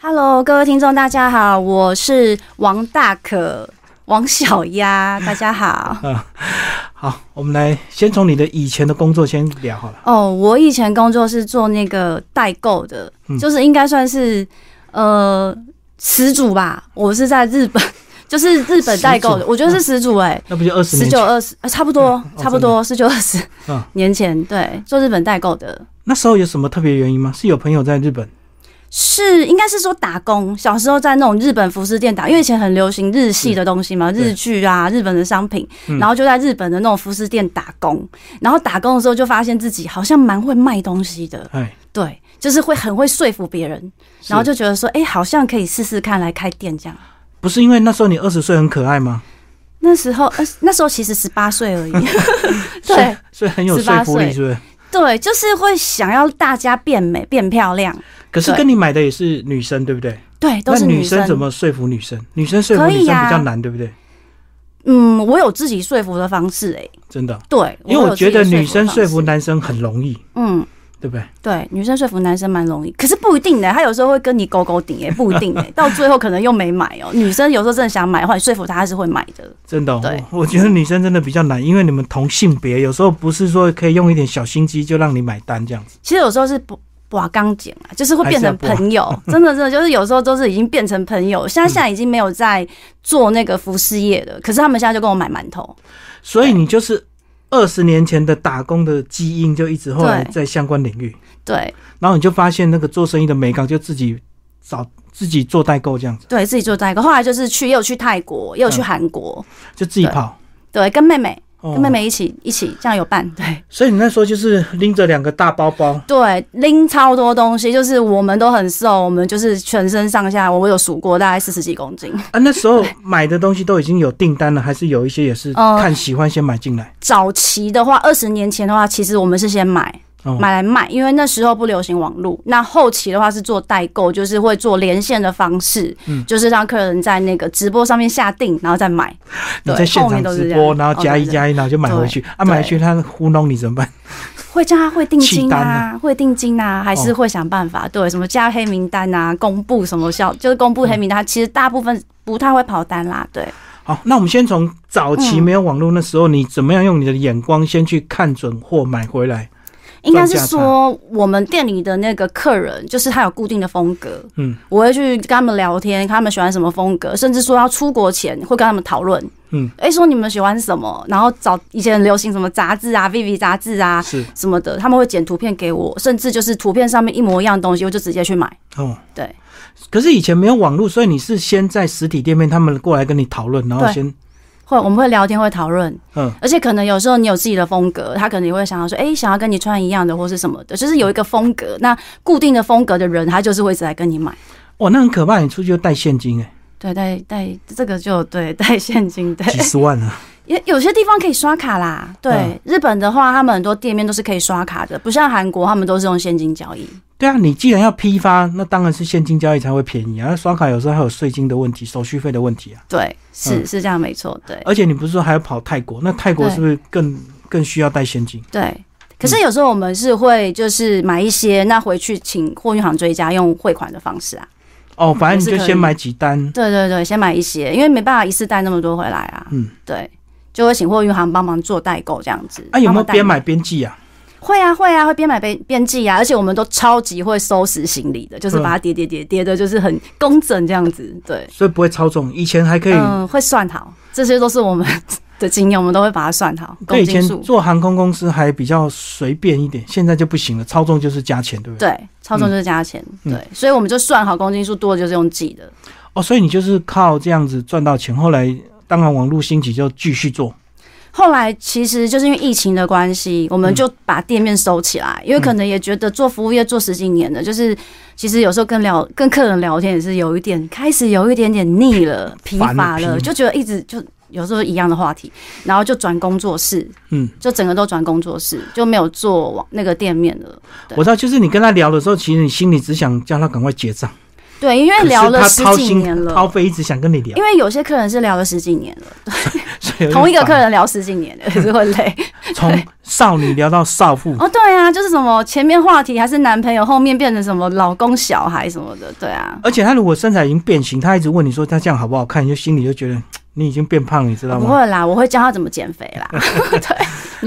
Hello，各位听众，大家好，我是王大可，王小 丫，大家好。好，我们来先从你的以前的工作先聊好了。哦，我以前工作是做那个代购的，嗯就是应该算是呃始祖吧。我是在日本， 就是日本代购始的，祖我觉得是始祖哎、那不就二十十年九前？二十，呃差不多，嗯哦差不多十九二十嗯年前，对，做日本代购的，那时候有什么特别原因吗？是有朋友在日本？是应该是说打工。小时候在那种日本服饰店打，因为以前很流行日系的东西嘛，嗯对日剧啊，日本的商品，嗯然后就在日本的那种服饰店打工。然后打工的时候就发现自己好像蛮会卖东西的，哎，对，就是会很会说服别人，是然后就觉得说，哎、好像可以试试看来开店这样。不是因为那时候你二十岁很可爱吗？那时候，呃，那时候其实十八岁 而已，对所以，所以很有说18服力，岁是不是？对，就是会想要大家变美、变漂亮，可是对跟你买的也是女生，对不对？对，都是那女生生怎么说服女生？女生说服可以女生比呀较难，对不对？嗯，我有自己说服的方式、哎，真的，对，因为我有觉得自己的女生说的服男生很容易，方式，嗯，对不对？对，女生说服男生蛮容易，可是不一定的、他有时候会跟你勾勾顶、哎，不一 定、哎，到最后可能又没买哦、女生有时候真的想买的话，你说服她，她是会买的，真的、对哦，我我觉得女生真的比较难，因为你们同性别有时候不是说可以用一点小心机就让你买单这样子。其实有时候是不。哇，刚剪啊，就是会变成还是要朋 友，真的真的就是有时候都是已经变成朋友。嗯现在现在已经没有在做那个服饰业了，可是他们现在就跟我买馒头。所以你就是二十年前的打工的基因，就一直后来对在相关领域，对然后你就发现那个做生意的美感，就自己找自己做代购这样子，对，自己做代购，后来就是去，也有去泰国，也有去嗯韩国，就自己对跑。对，跟妹妹哦跟妹，妹一起一起这样有伴，对。所以你那时候就是拎着两个大 包包，对，拎超多东西，就是我们都很瘦，我们就是全身上下，我有数过，大概四十几公斤。啊，那时候买的东西都已经有订单了，还是有一些也是哦看喜欢先买进来。早期的话，二十年前的话，其实我们是先买哦，买来卖，因为那时候不流行网络。那后期的话是做代购，就是会做连线的方式，嗯就是让客人在那个直播上面下定，然后再买。你对在现后场面都是直这播，样然后加一哦对对加一，然后就买回去。啊，对买回去他糊弄你怎么办？会叫他会定契金丹啊，会定金啊，还是哦会想办法、对什么加黑名单啊，公布什么效，就是公布黑名单。其实大部分不太会跑单啦，对。好，那我们先从早期嗯没有网络那时候，你怎么样用你的眼光先去看准货买回来？应该是说，我们店里的那个客人，就是他有固定的风格，嗯，我会去跟他们聊天，看他们喜欢什么风格，甚至说要出国前会跟他们讨论，嗯，哎、说你们喜欢什么，然后找以前流行什么杂志啊、Vivi 杂志啊是什么的，他们会剪图片给我，甚至就是图片上面一模一样的东西，我就直接去买。哦，对。可是以前没有网络，所以你是先在实体店面他们过来跟你讨论，然后对先会，我们会聊天，会讨论，嗯，而且可能有时候你有自己的风格，他可能也会想要说，哎、想要跟你穿一样的，或是什么的，就是有一个风格。那固定的风格的人，他就是会一直来跟你买。哇，那很可怕，你出去就带现金哎、对，带带这个就对带现金，对， 几十万啊！也有些地方可以刷卡啦。对，嗯日本的话，他们很多店面都是可以刷卡的，不像韩国，他们都是用现金交易。对啊，你既然要批发，那当然是现金交易才会便宜啊。那刷卡有时候还有税金的问题、手续费的问题啊。对，是、嗯是这样，没错。对而且你不是说还要跑泰国？那泰国对是不是更更需要带现金？对。可是有时候我们是会就是买一些，那回去请货运行追加用汇款的方式啊。哦，反也正你是就可以先买几单。对对对，先买一些，因为没办法一次带那么多回来啊。嗯，对，就会请货运行帮忙做代购这样子。啊，有没有帮忙代边买边寄啊？会啊，会啊，会边买边边寄啊，而且我们都超级会收拾行李的，就是啊把它叠叠叠叠的，就是很工整这样子。对，所以不会超重。以前还可以，嗯，会算好，这些都是我们 的经验，我们都会把它算好对公以前斤数。做航空公司还比较随便一点，现在就不行了，超重就是加钱，对不对？对，超重就是加钱，嗯对，所以我们就算好公斤数，多的就是用寄的。哦，所以你就是靠这样子赚到钱。后来当然网络兴起就继续做，后来其实就是因为疫情的关系，我们就把店面收起来，因为可能也觉得做服务业做十几年了，就是其实有时候跟聊跟客人聊天也是有一点开始有一点点腻了、疲烦了乏疲了，就觉得一直就有时候一样的话题，然啊后就转工作室，嗯。就整个都转工作室，就没有做网那个店面了。对我知道，就是你跟他聊的时候，其实你心里只想叫他赶快结账，对，因为聊了可十是他掏几心年掏了，肺一直想跟你聊因，为有些客人是聊了十几 年了，所以有点同一个烦客人聊十几年也 是会累。从少女聊到少妇， 哦，对啊，就是什么前面话题还是男朋友，后面变成什么老公、小孩什么的，对啊。而且他如果身材已经变形，他一直问你说他这样好不好看，你就心里就觉得嘖你已经变胖了，你知道哦不吗？会啦，我会教他怎么减肥 啦。对，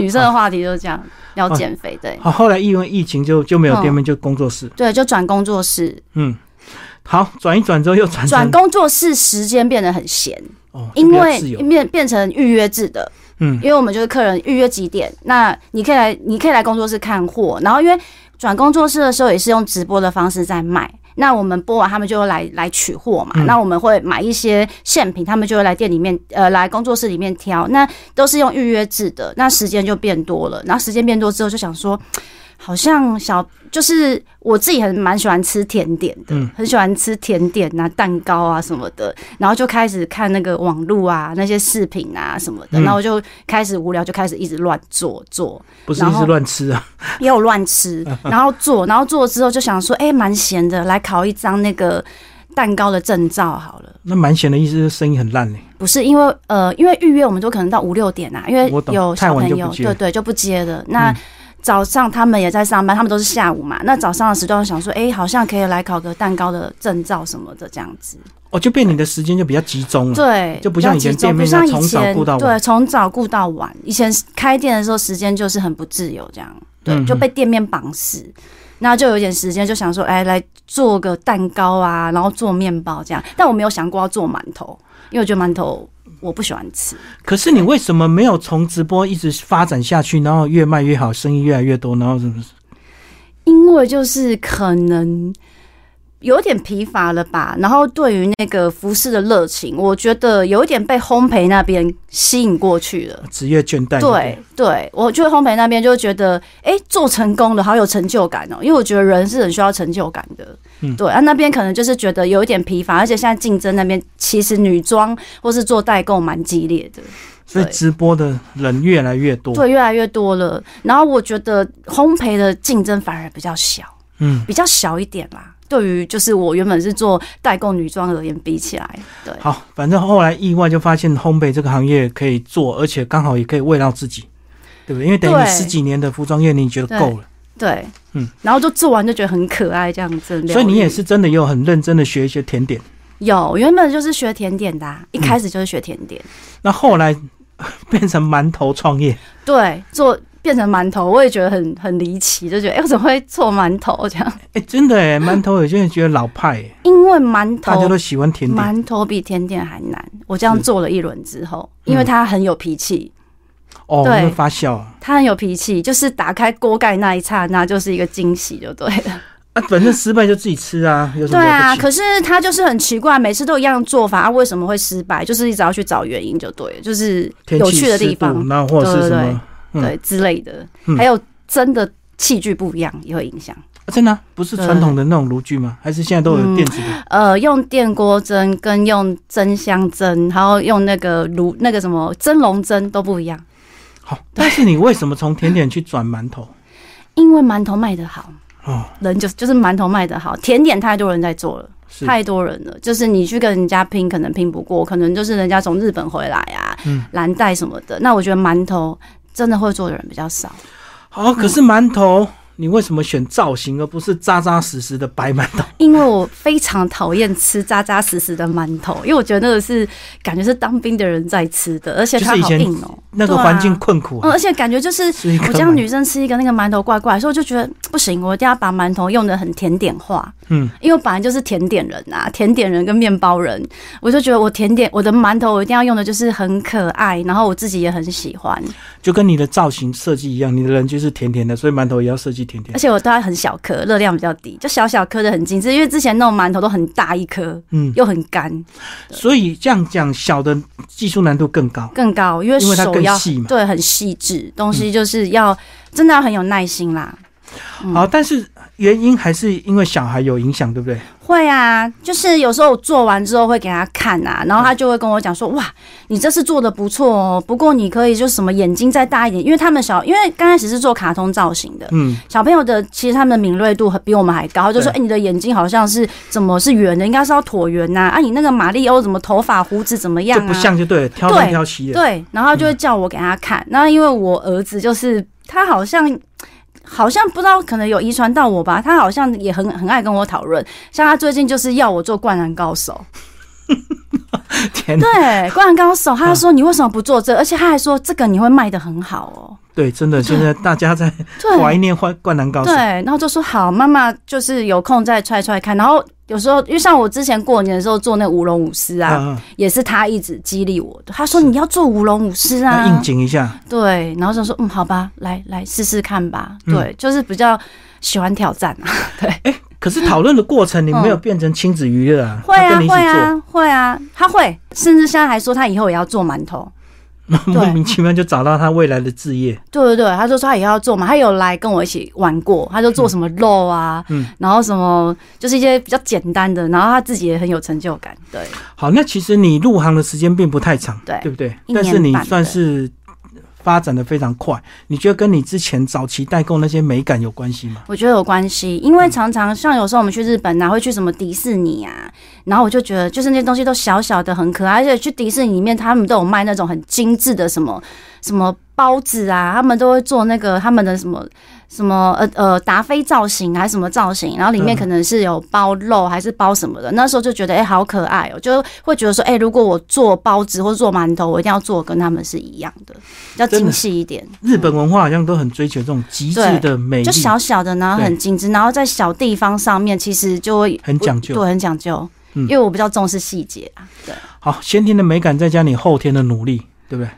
女生的话题就是这样，要减肥。对好，后来因为疫情就就哦没有店面，就工作室。对，就转工作 室，嗯，好，转一转之后又转转成工作室时间变得很闲，哦，就因比较为自由变变成预约制的。嗯因为我们就是客人预约几点，那你可以来，你可以来工作室看货。然后因为转工作室的时候也是用直播的方式在卖，那我们播完他们就会来来取货嘛。嗯那我们会买一些现品，他们就会来店里面呃来工作室里面挑。那都是用预约制的，那时间就变多了。然后时间变多之后就想说。好像小就是我自己很蛮喜欢吃甜点的，嗯很喜欢吃甜点啊、蛋糕啊什么的，然后就开始看那个网络啊、那些视频啊什么的，嗯然后我就开始无聊，就开始一直乱做做，不是然一后直乱吃啊，也有乱 吃，然后做，然后做了之后就想说，哎、蛮闲的，来考一张那个蛋糕的证照好了。那蛮闲的意思是生意很烂嘞。不是因为呃，因为预约我们都可能到五六点啊，因为我懂有太小晚朋就友不，接对对，就不接了。那、嗯早上他们也在上班，他们都是下午嘛。那早上的时段想说，哎、好像可以来考个蛋糕的证照什么的，这样子。哦，就变你的时间就比较集中了。对，嗯就不像以前比较集中店面不像要以从早前顾到晚对，从早顾到晚。以前开店的时候，时间就是很不自由，这样对，嗯就被店面绑死。那就有点时间，就想说，哎，来做个蛋糕啊，然后做面包这样。但我没有想过要做馒头，因为我觉得馒头我不喜欢吃。可是你为什么没有从直播一直发展下去，然后越卖越好，生意越来越多，然后什么？因为就是可能有点疲乏了吧，然后对于那个服饰的热情，我觉得有一点被烘焙那边吸引过去了。职业倦怠？对，对，我去烘焙那边就觉得，哎、做成功了，好有成就感哦、因为我觉得人是很需要成就感的。嗯对啊，那边可能就是觉得有一点疲乏，而且现在竞争那边其实女装或是做代购蛮激烈的。所以对直播的人越来越多。对，越来越多了。然后我觉得烘焙的竞争反而比较小，嗯，比较小一点啦。对于就是我原本是做代购女装而言，比起来，对好，反正后来意外就发现烘焙这个行业可以做，而且刚好也可以慰劳自己，对不对？因为等于你对十几年的服装业，你觉得够了，对，嗯。然后就做完就觉得很可爱，这样子。所以你疗也愈是真的有很认真的学一些甜点。有原本就是学甜点的、啊，一开始就是学甜点，那后来变成馒头创业，对，做变成馒头，我也觉得很很离奇，就觉得哎、诶我怎么会做馒头这样？哎，真的哎，馒头有些人觉得老派耶， 因为馒大家头都喜欢甜点。馒头比甜点还难。我这样是做了一轮之后，嗯因为它很有脾气。哦，对会发酵啊，他很有脾气，就是打开锅盖那一刹那就是一个惊喜，就对了。啊，反正失败就自己吃啊， 有什对么啊，了不起？可是他就是很奇怪，每次都一样做法，啊、为什么会失败？就是一直要去找原因，就对了，就是天有气趣的湿地度方，然后或者是对什对么？嗯对之类的，嗯还有真的器具不一样也会影响。啊真的啊不是传统的那种炉具吗？还是现在都有电 子的？呃，用电锅蒸跟用蒸箱蒸，还有用那个炉那个什么蒸笼蒸都不一样，好，但是你为什么从甜点去转馒头？因为馒头卖得好，哦，人就就是馒头卖得好，甜点太多人在做了。是太多人了，就是你去跟人家拼，可能拼不过，可能就是人家从日本回来啊嗯，蓝带什么的。那我觉得馒头真的会做的人比较少，好，哦可是馒头，你为什么选造型而不是扎扎实实的白馒头？ 因为我非常讨厌吃扎扎实实的馒头，因为我觉得那个是感觉是当兵的人在吃的，而且它就是以好前硬哦、那个对啊环境困苦、嗯，啊，而且感觉就是是 一个我这样馒女生吃一个那个馒头怪怪，所以我就觉得不行，我一定要把馒头用的很甜点化。嗯，因为我本来就是甜点人啊， 甜点人跟面包人，我就觉得我甜点我的馒头我一定要用的就是很可爱，然后我自己也很喜 欢，就跟你的造型设计一样，你的人就是甜甜的，所以馒头也要设计甜甜而。且我都要很小颗，热量比较低，就小小颗的很精致。因为之前那种馒头都很大一颗，嗯，又很干，呃所以这样讲，小的技术难度更高。更高，因为因为它手更要细嘛对很细致，东西就是要真的要很有耐心啦。嗯好，但是原因还是因为小孩有影响，对不对？会啊，就是有时候我做完之后会给他看啊，然后他就会跟我讲说：“哇，你这次做的不错哦，不过你可以就什么眼睛再大一点，因为他们小，因为刚开始是做卡通造型的，嗯，小朋友的其实他们的敏锐度很比我们还高，就说：“哎、对你的眼睛好像是怎么是圆的，应该是要椭圆呐、啊，你那个马里欧怎么头发胡子怎么样、就啊？”不像就对了，挑东挑啊西的。对，然后他就会嗯叫我给他看。那、因为我儿子就是他好像。好像不知道，可能有遗传到我吧。他好像也很很爱跟我讨论，像他最近就是要我做《灌篮高手》 天哪对，，《灌篮高手》， 他就说你为什么不做这？而且他还说这个你会卖的很好哦。对，真的，现在大家在对，怀念《灌灌篮高手对》，，然后就说好，妈妈就是有空再踹踹看。然后有时候，因为像我之前过年的时候做那舞龙舞狮啊，嗯，嗯也是他一直激励我的。他说是你要做舞龙舞狮啊，要应景一下。对，然后就说嗯，好吧，来来试试看吧。嗯对，就是比较喜欢挑战啊。可是讨论的过程，你没有变成亲子娱乐啊？会他啊跟你嗯一会起啊会啊，他会，甚至现在还说他以后也要做馒头。做， 莫名其妙就找到他未来的置业。对对对，他就说他以后要做嘛，他有来跟我一起玩过，他就做什么肉啊，嗯然后什么就是一些比较简单的，然后他自己也很有成就感。对，好，那其实你入行的时间并不太长，对不对？一年但是你半算是发展的非常快，你觉得跟你之前早期代购那些美感有关系吗？我觉得有关系，因为常常像有时候我们去日本啊，会去什么迪士尼啊，然后我就觉得就是那些东西都小小的很可爱，而且去迪士尼里面他们都有卖那种很精致的什么什么包子啊，他们都会做那个他们的什么。什么呃呃达菲造型还是什么造型，然后里面嗯可能是有包肉还是包什么的，那时候就觉得哎、好可爱哦、就会觉得说哎、如果我做包子或做馒头，我一定要做跟他们是一样的，比较真精的细一点。日本文化好像都很追求这种极致的美丽嗯就，小小的，然后对很精致，然后在小地方上面，其实就会很讲究对，很讲究。嗯因为我比较重视细节啊，好，先天的美感再加你后天的努力，对不对？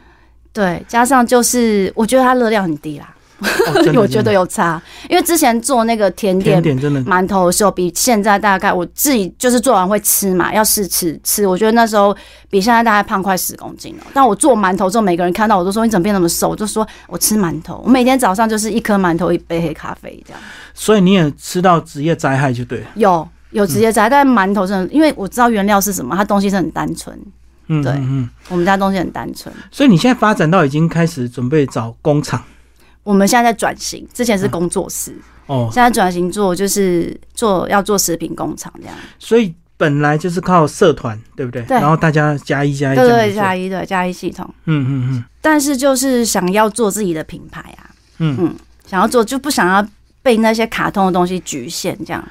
对，加上就是我觉得它热量很 低啦，哦真的我觉真的得有差，因为之前做那个甜点。嗯甜点真的馒头的时候比现在大概我自己就是做完会吃嘛，要试吃吃。我觉得那时候比现在大概胖快十公斤了。但我做馒头之后，每个人看到我都说你怎么变那么瘦？我就说我吃馒头，我每天早上就是一颗馒头，一杯黑咖啡这样。所以你也吃到职业灾害就对了。有有直接摘，但馒头真的，因为我知道原料是什么，它东西是很单纯，嗯，对嗯我们家东西很单纯。嗯。所以你现在发展到已经开始准备找工厂我们现在在转型，之前是工作室，哦，现在转型做就是做要做食品工厂这样。所以本来就是靠社团，对不对？对然后大家加一加一，对对，加一，一对加一系统，嗯嗯嗯但是就是想要做自己的品牌啊，嗯。想要做就不想要被那些卡通的东西局限这样。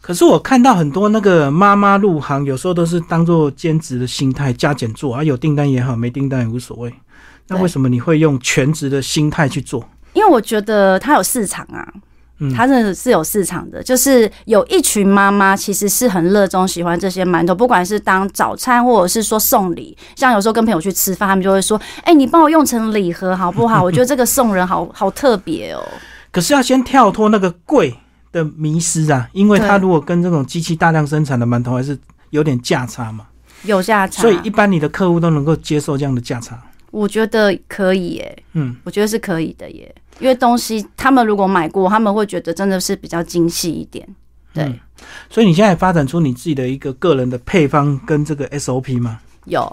可是我看到很多那个妈妈入行，有时候都是当做兼职的心态加减做啊，有订单也好，没订单也无所谓。那对为什么你会用全职的心态去做？因为我觉得它有市场啊，嗯它真的是有市场的，就是有一群妈妈其实是很热衷喜欢这些馒头，不管是当早餐或者是说送礼，像有时候跟朋友去吃饭，他们就会说：“哎、你帮我用成礼盒好不 好？我觉得这个送人好好特别哦。可是要先跳脱那个贵的迷失啊，因为它对如果跟这种机器大量生产的馒头还是有点价差嘛，”有价差，所以一般你的客户都能够接受这样的价差。我觉得可以耶、嗯，我觉得是可以的耶，因为东西他们如果买过，他们会觉得真的是比较精细一点。对，嗯所以你现在发展出你自己的一个个人的配方跟这个 SOP 嘛？有，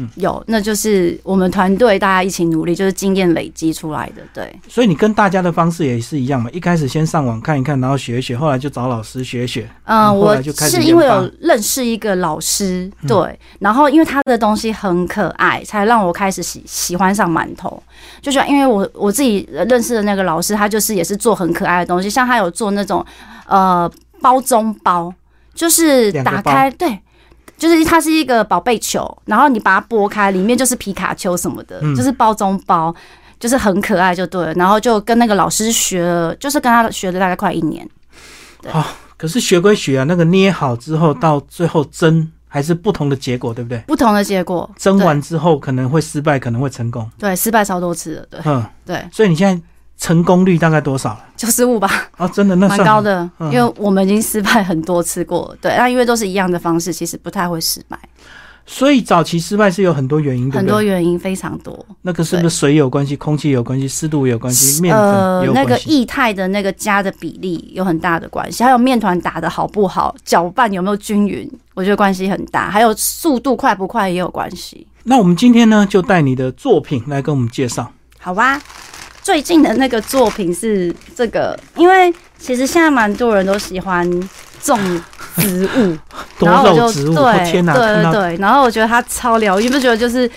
嗯有，那就是我们团队大家一起努力，就是经验累积出来的。对，所以你跟大家的方式也是一样嘛？一开始先上网看一看，然后学一学，后来就找老师学一学。嗯，后来我就开始是因为研发嗯有认识一个老师，对，然后因为他的东西很可爱，才让我开始喜喜欢上馒头。就喜欢，因为我我自己认识的那个老师，他就是也是做很可爱的东西，像他有做那种呃包中包，就是两个打开对。就是它是一个宝贝球，然后你把它剥开，里面就是皮卡丘什么的，嗯就是包中包，就是很可爱就对了。然后就跟那个老师学了，就是跟他学了大概快一年。可是学归学啊，那个捏好之后到最后蒸还是不同的结果，对不对？不同的结果。蒸完之后可能会失败，可能会成功。对对失败超多次的，对嗯，对，所以你现在成功率大概多少了？九十五吧，哦，真的那蛮算高的，嗯因为我们已经失败很多次过了，对，那因为都是一样的方式，其实不太会失败。所以早期失败是有很多原因，对很不多对？原因非常多。那个是不是水有关系，空气有关系，湿度有关系，面粉呃也，有那个关系？液态的那个加的比例有很大的关系，还有面团打的好不好，搅拌有没有均匀，我觉得关系很大，还有速度快不快也有关系。那我们今天呢，就带你的作品来跟我们介绍。好吧，最近的那个作品是这个，因为其实现在蛮多人都喜欢种植物，多然后我肉就植物，我对天哪！看对对到对，然后我觉得它超疗愈，你不觉得就是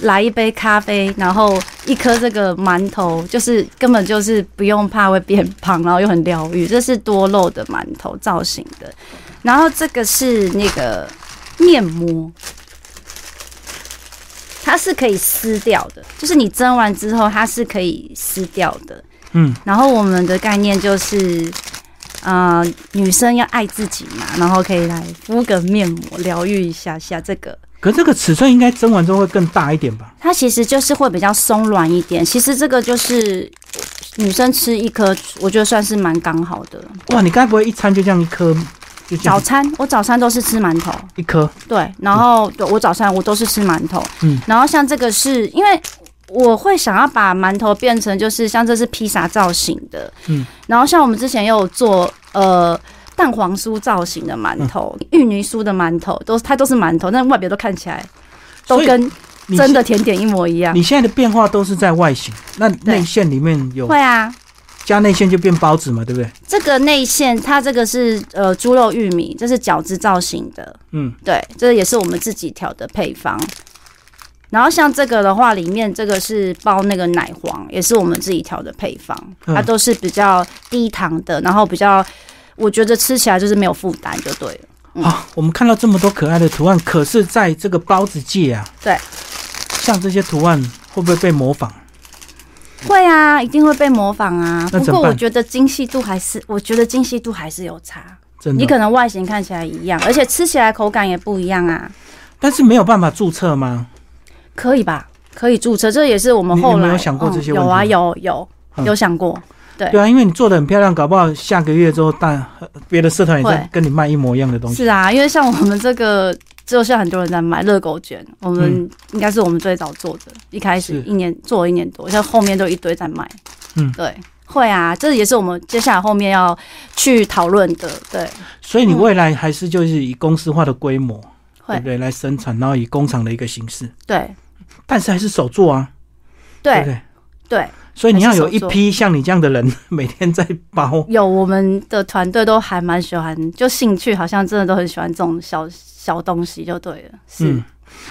来一杯咖啡，然后一颗这个馒头，就是根本就是不用怕会变胖，然后又很疗愈。这是多肉的馒头造型的，然后这个是那个面膜。它是可以撕掉的，就是你蒸完之后，它是可以撕掉的。嗯，然后我们的概念就是，呃，女生要爱自己嘛，然后可以来敷个面膜，疗愈一下下这个。可这个尺寸应该蒸完之后会更大一点吧？它其实就是会比较松软一点，其实这个就是女生吃一颗，我觉得算是蛮刚好的。哇，你该不会一餐就这样一颗，就这早样餐我早餐都是吃馒头，一颗？对，然后对我早餐我都是吃馒头，嗯嗯，然后像这个是因为我会想要把馒头变成就是像这是披萨造型的，嗯嗯，然后像我们之前也有做呃。蛋黄酥造型的馒头、嗯芋泥酥的馒头，都它都是馒头，但外表都看起来都所以跟你真的甜点一模一样。你现在的变化都是在外形，那内馅里面有会啊，加内馅就变包子嘛，对不对？这个内馅它这个是呃猪肉玉米，这是饺子造型的，嗯，对，这也是我们自己调的配方。然后像这个的话，里面这个是包那个奶黄，也是我们自己调的配方，嗯它都是比较低糖的，然后比较，我觉得吃起来就是没有负担就对了。嗯好、啊我们看到这么多可爱的图案，可是在这个包子界啊，对，像这些图案会不会被模仿？会啊，一定会被模仿啊。那不怎么过办我觉得精细度还是，我觉得精细度还是有差。真你的，可能外形看起来一样，而且吃起来口感也不一样啊，但是没有办法注册吗？可以吧？可以注册，这也是我们你后你来没有想过这些问有题吗啊，有有嗯有想过。对对啊，因为你做的很漂亮，搞不好下个月之后，大别的社团也在会跟你卖一模一样的东西。是啊，因为像我们这 个，就像很多人在买热狗卷，我们应该是我们最早做的，一开始嗯是一年做了一年多，像后面都一堆在卖。嗯对，会啊，这也是我们接下来后面要去讨论的。对，所以你未来还是就是以公司化的规模，会对不，对？来生产，然后以工厂的一个形式，对，但是还是手做啊，对不对，对？对，所以你要有还是一手做批像你这样的人，每天在包。有我们的团队都还蛮喜欢，就兴趣好像真的都很喜欢这种小小东西，就对了。是、嗯，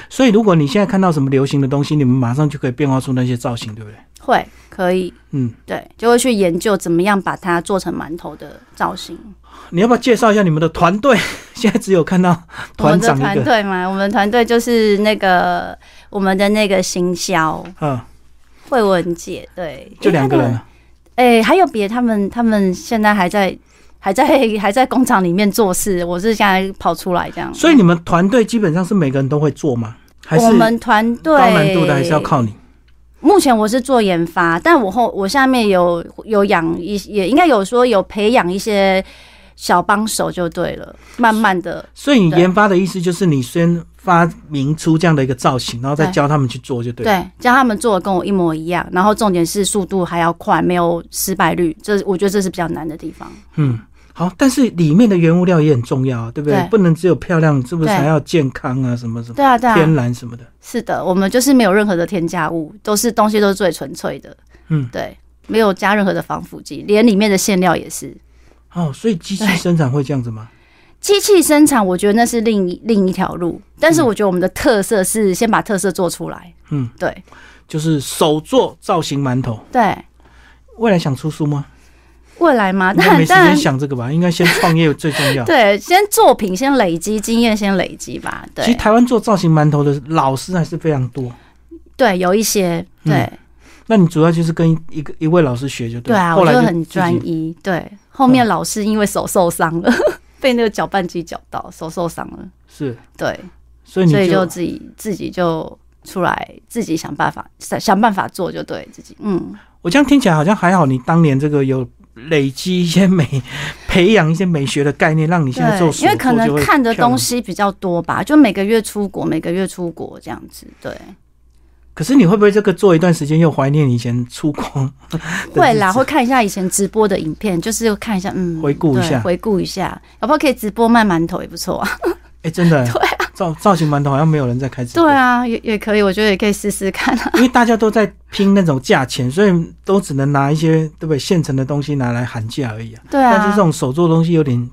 所以如果你现在看到什么流行的东西，你们马上就可以变化出那些造型，对不对？会可以，嗯，对，就会去研究怎么样把它做成馒头的造型。你要不要介绍一下你们的团队？ 现在只有看到我团们的长一团个，队嘛，我们团队就是那个我们的那个行销嗯，慧文姐，对，就两个人诶。了。哎、还有别他们，他们现在还在还在还在工厂里面做事，我是现在跑出来这样。所以你们团队基本上是每个人都会做吗？还是我们团队高难度的还是要靠你？目前我是做研发，但我后我下面有有养一也应该有说有培养一些小帮手就对了，慢慢的所以你对研发的意思就是你先发明出这样的一个造型，然后再对教他们去做，就对了。对，叫他们做的跟我一模一样，然后重点是速度还要快，没有失败率，这我觉得这是比较难的地方。嗯，好，但是里面的原物料也很重要啊，对不对？对不能只有漂亮，是不是对还要健康啊？什么什么对啊，对天啊，然什么的。是的，我们就是没有任何的添加物，都是东西都是最纯粹的。嗯，对，没有加任何的防腐剂，连里面的馅料也是。哦，所以机器对生产会这样子吗？机器生产，我觉得那是另一另一条路，但是我觉得我们的特色是先把特色做出来。嗯，对就是手做造型馒头，对，未来想出书吗？未来嘛，应当该然没时当间然，想这个啊吧，应该先创业最重要。啊 对，先作品先累积，经验先累积吧。对，其实台湾做造型馒头的老师还是非常多，对，有一些嗯对。那你主要就是跟一个一位老师学就对了啊，后我来就就很自己嗯专一。对，后面老是因为手受伤了， 被那个搅拌机搅到，手受伤了。是，对，所以你所以就就自己自己就出来，自己想办法想想办法做，就对自己。嗯，我这样听起来好像还好，你当年这个有累积一些美， 培养一些美学的概念，让你现在做对，因为可手作就能会看的漂亮东西比较多吧，就每个月出国，每个月出国这样子，对，可是你会不会这个做一段时间又怀念以前出国？会啦，会看一下以前直播的影片，就是看一下，嗯，回顾一下对回顾一下，搞不好可以直播卖馒头也不错啊，哎、真的，造造型馒头好像没有人在开直播对啊，也也可以，我觉得也可以试试看啊，因为大家都在拼那种价钱，所以都只能拿一些对不对现成的东西拿来喊价而已啊。对但是这啊，种手做的东西有点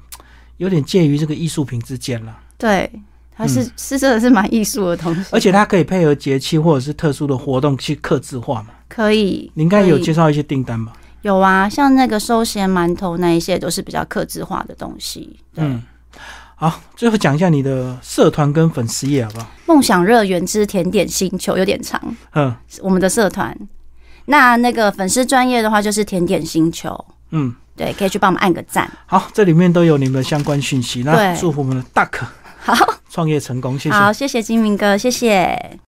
有点介于这个艺术品之间了，对，它是、是真的是蛮艺术的东西，嗯而且它可以配合节气或者是特殊的活动去刻制化嘛。可以，你应该有可以介绍一些订单吧？有啊，像那个收咸馒头那一些都是比较克制化的东西，对，嗯，好，最后讲一下你的社团跟粉丝页好不好？梦想乐园之甜点星球有点长。嗯我们的社团。那那个粉丝专业的话，就是甜点星球，嗯，对，可以去帮我们按个赞。好，这里面都有你们的相关讯息。那对祝福我们的大可好创业成功，谢谢。好，谢谢金明哥，谢谢。